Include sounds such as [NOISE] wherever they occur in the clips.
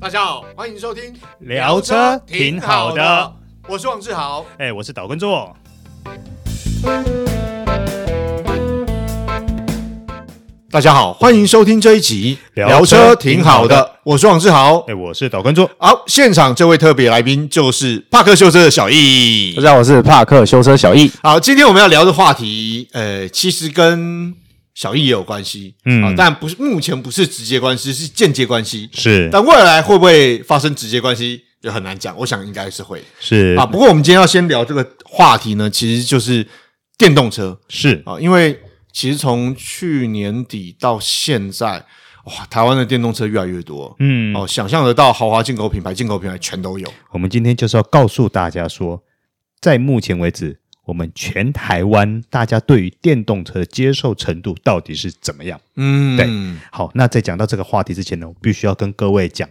大家好，欢迎收听聊车挺好的，我是王志豪。哎、我是岛根座。大家好，欢迎收听这一集聊车挺好的，我是王志豪哎、。我是岛根座。好，现场这位特别来宾就是帕克修车的小易大。家好，我是帕克修车小易。好，今天我们要聊的话题，呃，其实跟小易也有关系，嗯啊，但不是目前不是直接关系，是间接关系。是但未来会不会发生直接关系，也很难讲。我想应该是会是啊。不过我们今天要先聊这个话题呢，其实就是电动车是，啊，因为其实从去年底到现在，哇，台湾的电动车越来越多。嗯，哦，想象得到豪华进口品牌、进口品牌全都有。我们今天就是要告诉大家说，在目前为止，我们全台湾大家对于电动车的接受程度到底是怎么样？嗯，好，那在讲到这个话题之前呢，我必须要跟各位讲，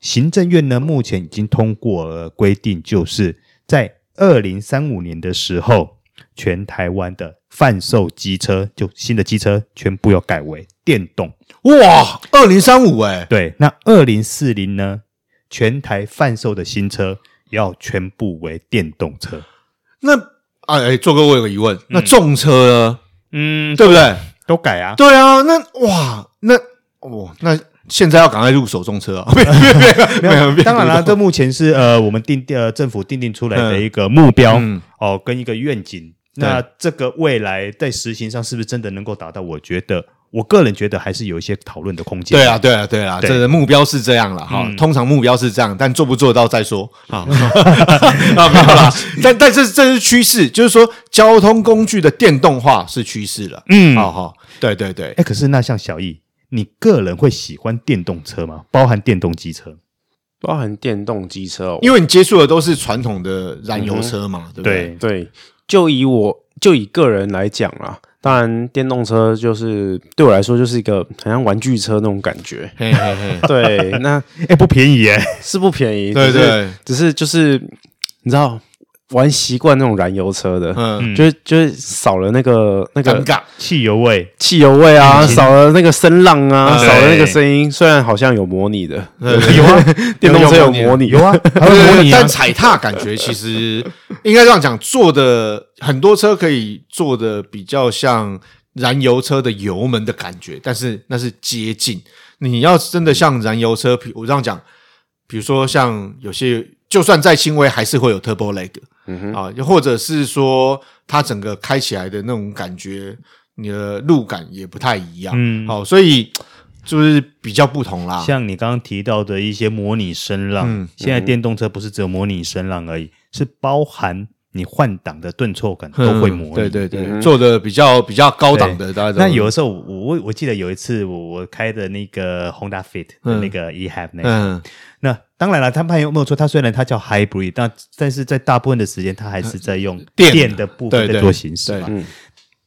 行政院呢目前已经通过了规定，就是在二零三五年的时候，全台湾的贩售机车，就新的机车全部要改为电动。哇，二零三五哎，对，那二零四零呢，全台贩售的新车要全部为电动车。那哎哎，做哥，我有个疑问，那重车呢？嗯，对不对？都改啊。对啊，那哇，那哇，那现在要赶快入手重车啊！没有，没有，当然啦，这目前是呃我们定呃政府定定出来的一个目标、嗯哦，跟一个愿景。那这个未来在实行上是不是真的能够达到？我觉得，我个人觉得还是有一些讨论的空间。对啊，，对啊，对啊，对这个目标是这样了哈。嗯通常目标是这样，但做不做到再说啊。 [LAUGHS] 啊，没有啦。但但这这是趋势，就是说交通工具的电动化是趋势了。嗯，好好，对对对，哎，可是那像小易，你个人会喜欢电动车吗？包含电动机车？包含电动机车、哦，因为你接触的都是传统的燃油车嘛，对不对？。对，就以我就以个人来讲啦，当然电动车就是对我来说就是一个好像玩具车那种感 [LAUGHS] 觉嘿嘿嘿，对，那对，哎，不便宜耶。是不便宜，对只是对，只是就是你知道玩习惯那种燃油车的，嗯，嗯就是就是少了那个那尴个尬，嗯汽油味，汽油味啊，引擎少了那个声浪啊，对少了那个声音，虽然好像有模拟的，对对对电动 [LAUGHS] 车有有模拟的模拟，有啊，还对有模对对拟啊但。踩踏感觉其实应该这样讲，做的很多车可以做的比较像燃油车的油门的感觉，但是那是接近。你要真嗯的像燃油车，比我这样讲，比如说像有些，就算再轻微，还是会有 turbo lag 嗯哼，啊，又或者是说它整个开起来的那种感觉，你的路感也不太一样。嗯，好、所以就是比较不同啦。像你刚刚提到的一些模拟声啊浪，嗯现在电动车不是只有模拟声浪而已，是包含你换挡的顿挫感都会模拟。嗯对对对，嗯做的比较比较高档的，大家那有的时候，我我我记得有一次我我开的那个 Honda Fit 的那个 eHab 那个，嗯，那当然了，他们有没有错？它虽然它叫 Hybrid，但但是在大部分的时间，它还是在用嗯电电的部分对在对做行驶嘛对。嗯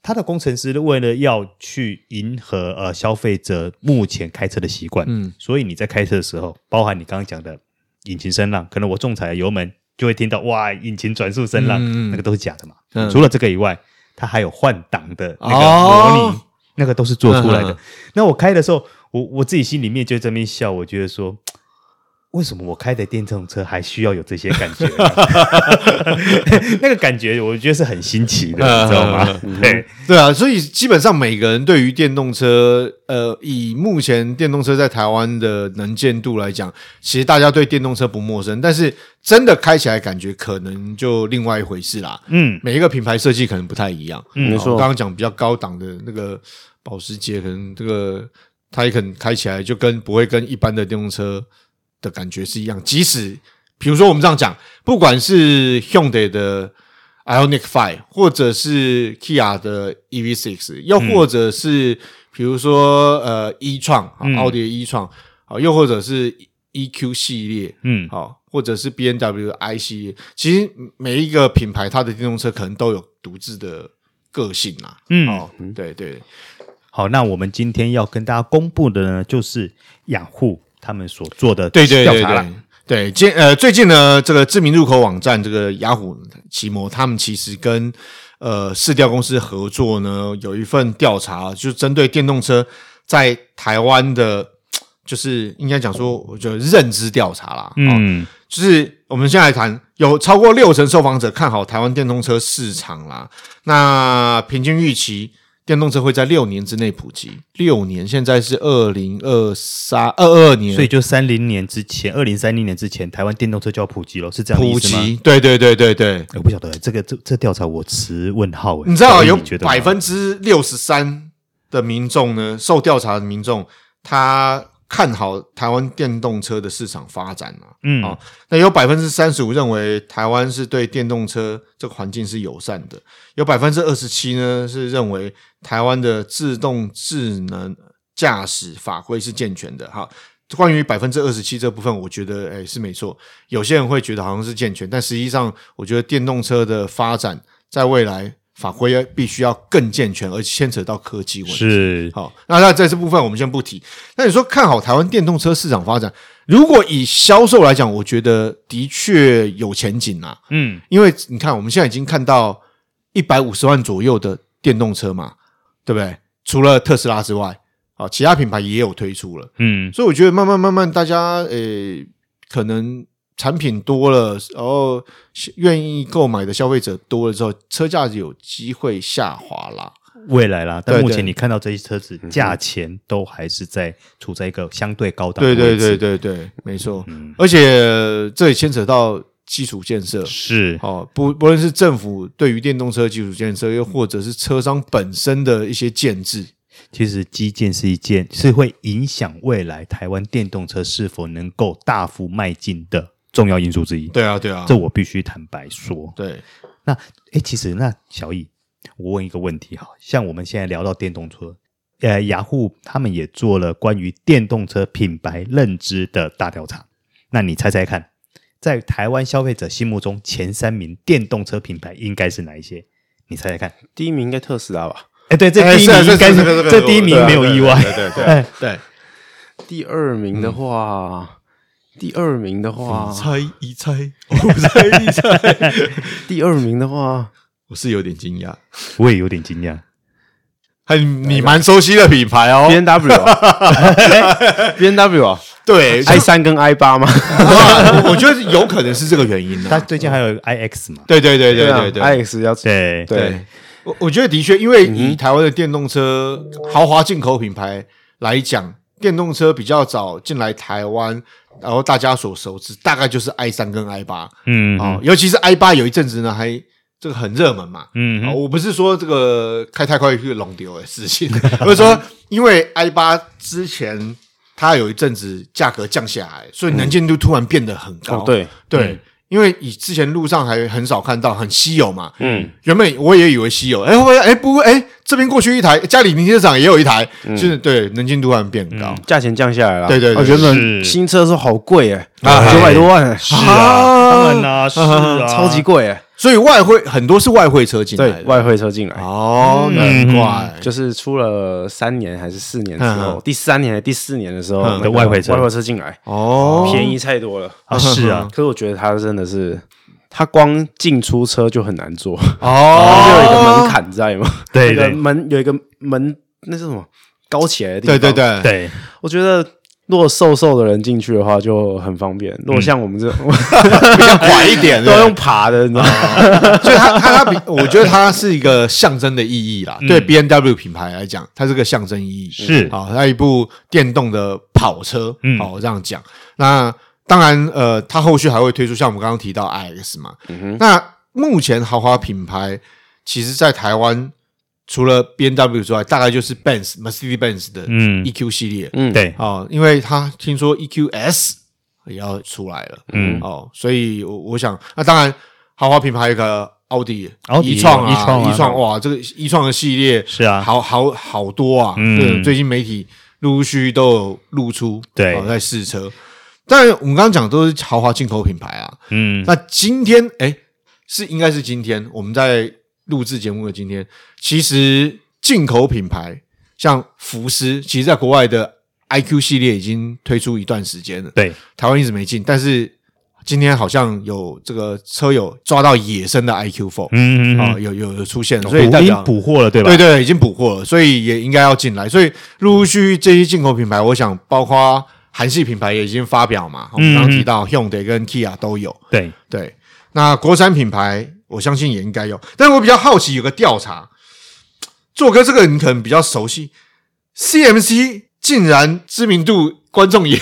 它的工程师为了要去迎合呃消费者目前开车的习惯，嗯所以你在开车的时候，包含你刚刚讲的引擎声浪，可能我重踩了油门就会听到哇，引擎转速声浪，嗯嗯那个都是假的嘛。嗯除了这个以外，它还有换挡的那个哦模拟，那个都是做出来嗯的。嗯那我开的时候，我我自己心里面就在那边笑，我觉得说。为什么我开的电动车还需要有这些感觉呢？ [LAUGHS] 那个感觉，我觉得是很新奇的，嗯你知道吗？对，对啊，所以基本上每个人对于电动车，呃，以目前电动车在台湾的能见度来讲，其实大家对电动车不陌生，但是真的开起来感觉可能就另外一回事啦。嗯，每一个品牌设计可能不太一样，嗯没哦错我刚刚讲比较高档的那个保时捷，可能这个它也可能开起来就跟不会跟一般的电动车的感觉是一样。即使比如说我们这样讲，不管是 Hyundai 的 Ionic Five，或者是 Kia 的 EV Six，又或者是比如说呃 e 创，啊嗯奥迪的 e 创，好，又或者是 EQ 系列，嗯，好，或者是 B N W I 系列，其实每一个品牌它的电动车可能都有独自的个性啊。嗯哦，对对，好，那我们今天要跟大家公布的呢，就是养护他们所做的对对调对查对啦。。对，近呃最近呢，这个知名入口网站这个雅虎奇摩，他们其实跟呃市调公司合作呢，有一份调查，就是针对电动车在台湾的就是应该讲说，我觉得认知调查啦，嗯，嗯，就是我们现在来谈，有超过六成受访者看好台湾电动车市场啦。那平均预期，电动车会在六年之内普及。六年，现在是二零二三二二年，所以就三零年之前，二零三零年之前，台湾电动车就要普及了，是这样的意普思吗？及，对对对对对。哎我不晓得这个这这调查我持问号哎，嗯你知道所以有觉得吗百分之六十三的民众呢，受调查的民众，他看好台湾电动车的市场发展啊。嗯啊那有百分之三十五认为台湾是对电动车这个环境是友善的，有百分之二十七呢是认为台湾的自动智能驾驶法规是健全的哈。关于百分之二十七这部分，我觉得诶、是没错。有些人会觉得好像是健全，但实际上我觉得电动车的发展在未来法规要必须要更健全，而且牵扯到科技问题。是好，那那在这部分我们先不提。那你说看好台湾电动车市场发展，如果以销售来讲，我觉得的确有前景啊，嗯因为你看我们现在已经看到一百五十万左右的电动车嘛，对不对？除了特斯拉之外，啊，其他品牌也有推出了，嗯所以我觉得慢慢慢慢，大家诶、可能产品多了，然后愿意购买的消费者多了之后，车价有机会下滑啦。未来啦，但对目对嗯前你看到这些车子价钱都还是在处在一个相对高档的对位对置，对对对，没错。嗯而且这也牵扯到基础建设，是哦，不不论是政府对于电动车基础建设，又或者是车商本身的一些建制，其实基建是一件是会影响未来台湾电动车是否能够大幅迈进的重要因素之一。对啊，对啊，这我必须坦白说。对，那诶，其实那小易，我问一个问题哈，像我们现在聊到电动车，呃，雅虎他们也做了关于电动车品牌认知的大调查。那你猜猜看，在台湾消费者心目中前三名电动车品牌应该是哪一些？你猜猜看。 [LAUGHS] 第一名应该特斯拉吧，哎，对，这哎第一是啊名是啊应该是啊是啊是啊这第一名对啊没有对啊意外。对对对哎对，第二名的话，第二名的啊嗯话，一猜， [LAUGHS] 我猜一 [LAUGHS] 猜，第二名的话，我是有点惊讶，我也有点惊讶。很你蛮熟悉的品牌哦 B，N [LAUGHS] W 啊，B N W 啊对， ，i 三跟 i 八吗？哎我我觉得有可能是这个原因他呢。最近还有 iX 嘛？对对对对啊对对， ，i X 要对对对，我我觉得的确，因为以台湾的电动车豪华进口品牌来讲，电动车比较早进来台湾，然后大家所熟知大概就是 i 三跟 i 八、嗯哦，尤其是 i 八有一阵子呢还这个很热门嘛。嗯哦我不是说这个开太快去龙丢的事情， [LAUGHS] 我是说因为 i 八之前它有一阵子价格降下来，所以能见度突然变得很高。哦，对，对。因为以之前路上还很少看到，很稀有嘛，嗯，原本我也以为稀有，哎、会不会哎、不过哎、这边过去一台，家里停车场也有一台，就是对能进度还变高。价钱降下来了，对对对嗯哦原是本新车的时候好贵哎，啊九百多万哎，是啊，当然啦，是啊， [LAUGHS] 超级贵哎，所以外汇很多是外汇车进来的，对外汇车进来，哦，难怪，就是出了三年还是四年之后，第三年还是第四年的时候，嗯那的个外汇车外汇车进来，哦，便宜太多了。啊，是啊，可是我觉得它真的是，它光进出车就很难做，哦，它就有一个门槛在嘛，对有一个对门有一个门，那是什么高起来的地对方？对，对，对，我觉得。如果瘦瘦的人进去的话就很方便，嗯如果像我们 [LAUGHS] 这种 [LAUGHS] [LAUGHS] 比较拐一点都的，用爬的，你知道 [LAUGHS] 吗？所以它它它比，我觉得它是一个象征的意义啦。对 B N W 品牌来讲，它是个象征意义，嗯是好，它一部电动的跑车，嗯好这样讲。那当然，呃，它后续还会推出像我们刚刚提到 I X 嘛。那目前豪华品牌，其实在台湾除了 B N W 之外，大概就是 Benz、Mercedes Benz 的嗯 E Q 系列，嗯，对，哦，因为他听说 EQS 也要出来了，嗯哦，所以我我想，那当然，豪华品牌有一个奥迪、奥迪一创啊、一创啊哇，这个一创的系列是啊好好好多啊，嗯对，最近媒体陆陆续续都有露出，对哦在试车。但我们刚刚讲的都是豪华进口品牌啊，嗯，那今天哎，是应该是今天我们在录制节目的今天，其实进口品牌像福斯，其实在国外的 IQ 系列已经推出一段时间了，对，台湾一直没进，但是今天好像有这个车友抓到野生的 IQ Four 嗯，啊、嗯，有有有出现了，嗯所以补代已经表。补货了，对吧？对对，已经补货了，所以也应该要进来。所以陆陆续续这些进口品牌，我想包括韩系品牌也已经发表嘛，我嗯们刚刚提到 Hyundai 跟 Kia 都有。对，嗯对，那国产品牌我相信也应该有，但我比较好奇有个调查，做哥这个你可能比较熟悉，CMC 竟然知名度观众也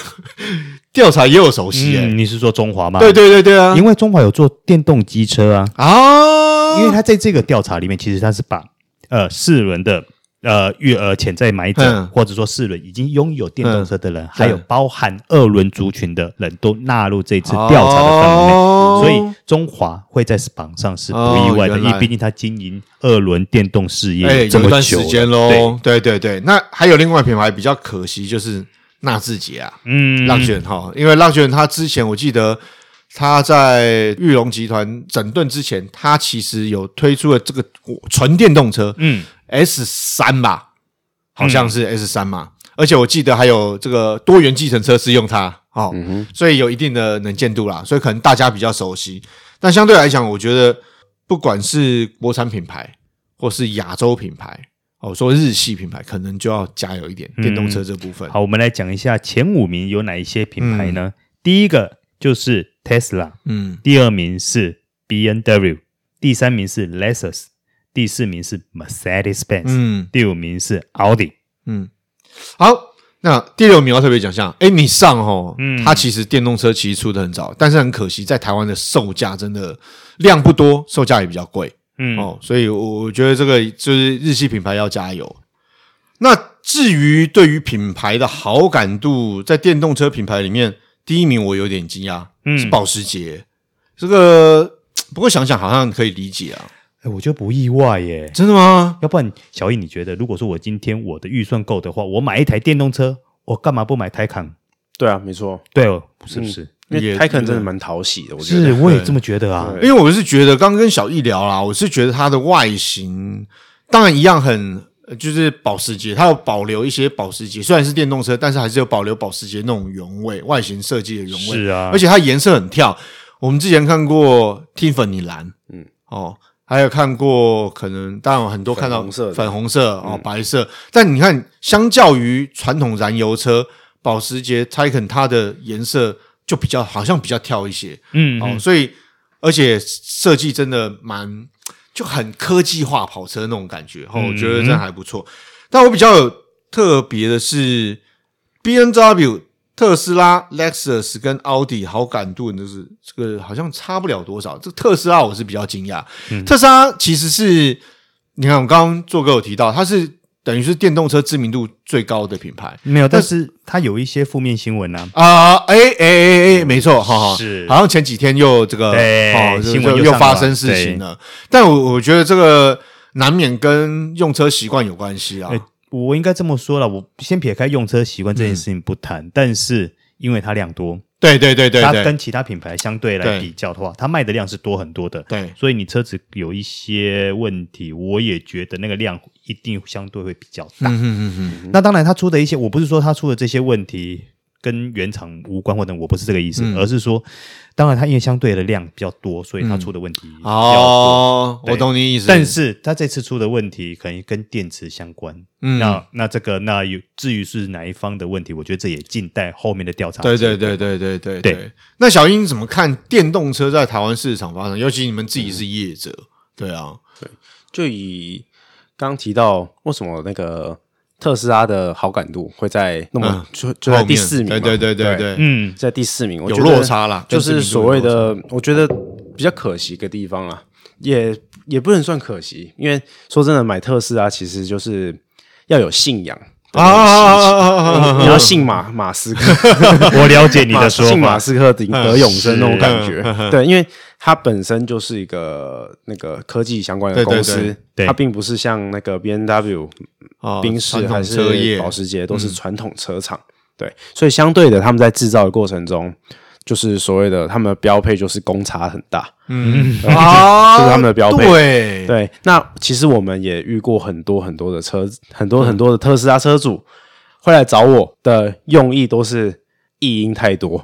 调查也有熟悉、欸，嗯，你是说中华吗？对对对对啊，因为中华有做电动机车啊，啊，因为他在这个调查里面，其实他是把呃四轮的呃月呃潜在买者，嗯或者说四轮已经拥有电动车的人，还有对包含二轮族群的人都纳入这次调查的范围内。哦所以中华会在榜上是不意外的，哦原来因为毕竟他经营二轮电动事哎、业这有一么段久时间了对喽，对对对，那还有另外品牌比较可惜就是纳智捷啊，嗯，浪卷哈，因为浪卷他之前我记得他在玉龙集团整顿之前，他其实有推出了这个纯电动车，嗯 S 三吧，好像是 S 三嘛，而且我记得还有这个多元计程车是用它哦，所以有一定的能见度啦，所以可能大家比较熟悉。但相对来讲，我觉得不管是国产品牌或是亚洲品牌，哦，说日系品牌，可能就要加油一点电动车这部分。嗯好，我们来讲一下前五名有哪一些品牌呢？第一个就是 Tesla，嗯第二名是 B N W，第三名是 Lexus，第四名是 Mercedes Benz，、嗯第五名是奥迪。嗯，好。那第六名我要特别讲一下，哎，你上哦，嗯它其实电动车其实出的很早，但是很可惜，在台湾的售价真的量不多，售价也比较贵。嗯，哦，所以我我觉得这个就是日系品牌要加油。那至于对于品牌的好感度，在电动车品牌里面，第一名我有点惊讶，嗯是保时捷。这个不过想想好像可以理解啊，哎，我觉得不意外耶。真的吗？要不然，小易，你觉得如果说我今天我的预算够的话，我买一台电动车，我干嘛不买 Taycan？对啊，没错，对哦，是不是？因也为 Taycan 真的蛮讨喜的，我觉是得。，我也这么觉得啊。因为我是觉得刚刚跟小易聊啦，我是觉得它的外形当然一样很。呃就是保时捷，它有保留一些保时捷，虽然是电动车，但是还是有保留保时捷那种原味外形设计的原味。是啊而，且它颜色很跳。我们之前看过 T 粉你蓝，嗯嗯，哦，还有看过可能当然有很多看到粉红色的嗯粉红色哦、白色，但你看，相较于传统燃油车，保时捷 Taycan 它的颜色就比较好像比较跳一些，嗯，哦，所以而且设计真的蛮就很科技化跑车那种感觉，嗯哦，我觉得真的还不错。但我比较有特别的是 B N W、特斯拉、Lexus 跟奥迪好感度，就是这个好像差不了多少。这特斯拉我是比较惊讶，嗯特斯拉其实是你看我刚刚做哥有提到，它是等于是电动车知名度最高的品牌。没有，但是它有一些负面新闻啊。啊，哎哎哎哎，没错，哈哈，嗯是好像前几天又这个，对哦，就新就闻又又上发了生事情了。但我我觉得这个难免跟用车习惯有关系啊哎。我应该这么说了，我先撇开用车习惯这件事情不谈，但是因为它量多，对对对对它对，跟其他品牌相对来对比较的话，它卖的量是多很多的。对所以你车子有一些问题，我也觉得那个量一定相对会比较大。嗯嗯嗯那当然，它出的一些，我不是说它出的这些问题跟原厂无关，或者我不是这个意思，而是说，当然它因为相对的量比较多，所以它出的问题比较嗯，多。哦，对我懂你意思，但是它这次出的问题可能跟电池相关，嗯那那这个那有至于是哪一方的问题，我觉得这也静待后面的调查。对对对对对对对对。那小英怎么看电动车在台湾市场发展？尤其你们自己是业者，对啊，就以刚提到为什么那个特斯拉的好感度会在那么嗯就就在后第面四名嘛，对对对对对，对嗯，在第四名，我有觉得落差啦就跟是知名度有所谓落的，我觉得比较可惜的地方啊，也也不能算可惜，因为说真的，买特斯拉其实就是要有信仰的啊啊东西啊啊啊你啊要信马马斯克， [LAUGHS] 我了解你的说信马法。斯克顶得永生那种感觉嗯。对，因为它本身就是一个那个科技相关的对对公对司，对它并不是像那个 B N W 啊！宾士传还统车是业嗯保时捷都是传统车厂，对，所以相对的，他们在制造的过程中，就是所谓的他们的标配就是公差很大，嗯 [LAUGHS] 这啊是他们的标配对对。那其实我们也遇过很多很多的车，嗯很多很多的特斯拉车主会来找我的用意都是异音太多，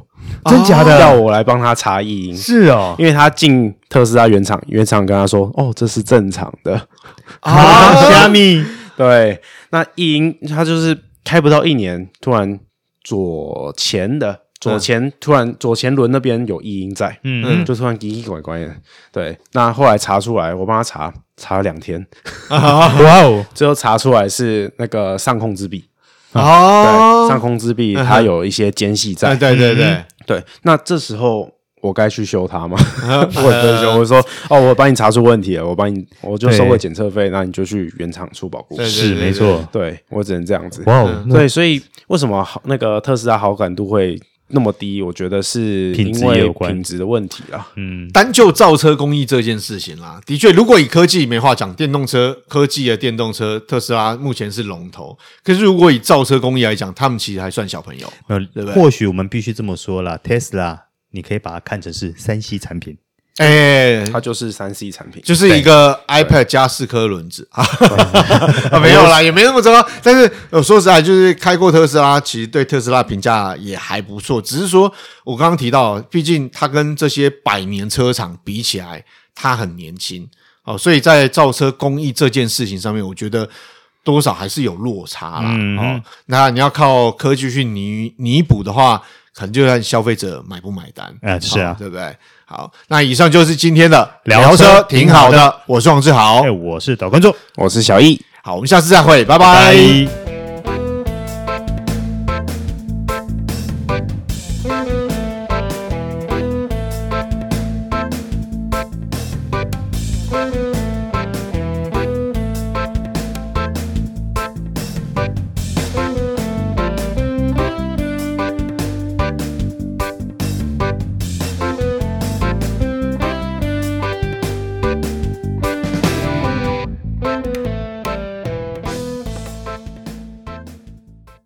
哦真假的要我来帮他查异音。是哦，因为他进特斯拉原厂，原厂跟他说：“哦，这是正常的。 [LAUGHS] 啊，虾米，”对，那异音他就是开不到一年，突然左前的左前突然左前轮那边有异音在，嗯，就突然奇奇怪怪的。对，那后来查出来，我帮他查，查了两天，啊哇哦，最后查出来是那个上控之壁。嗯对，哦，上空之嗯壁它有一些间隙在。哎嗯对对对对，对，那这时候我该去修它吗？嗯 [LAUGHS] 我也不会修，我说哦，我帮你查出问题了，我帮你，我就收对个检测费，那你就去原厂处保固。对嗯是没错，对我只能这样子。哇哦，那对，所以为什么好那个特斯拉好感度会那么低？我觉得是品质因为也有关品质的问题啊。嗯，单就造车工艺这件事情啦，的确，如果以科技没话讲，电动车科技的电动车，特斯拉目前是龙头。可是如果以造车工艺来讲，他们其实还算小朋友。没对不对有，或许我们必须这么说啦 t e s l a 你可以把它看成是三 C 产品，哎、它就是三 C 产品，就是一个 iPad 加四颗轮子 [LAUGHS] 哦啊，啊没有啦，也没那么糟。但是我说实在，就是开过特斯拉，其实对特斯拉评价也还不错。只是说我刚刚提到，毕竟它跟这些百年车厂比起来，它很年轻哦，所以在造车工艺这件事情上面，我觉得。多少还是有落差啦，嗯哦，那你要靠科技去弥弥补的话，可能就看消费者买不买单啊是啊哦对不对？好，那以上就是今天的聊聊车车，挺哎挺好好的。我是王志豪哎，，我是导观众，我是小易，好，我们下次再会，拜拜拜。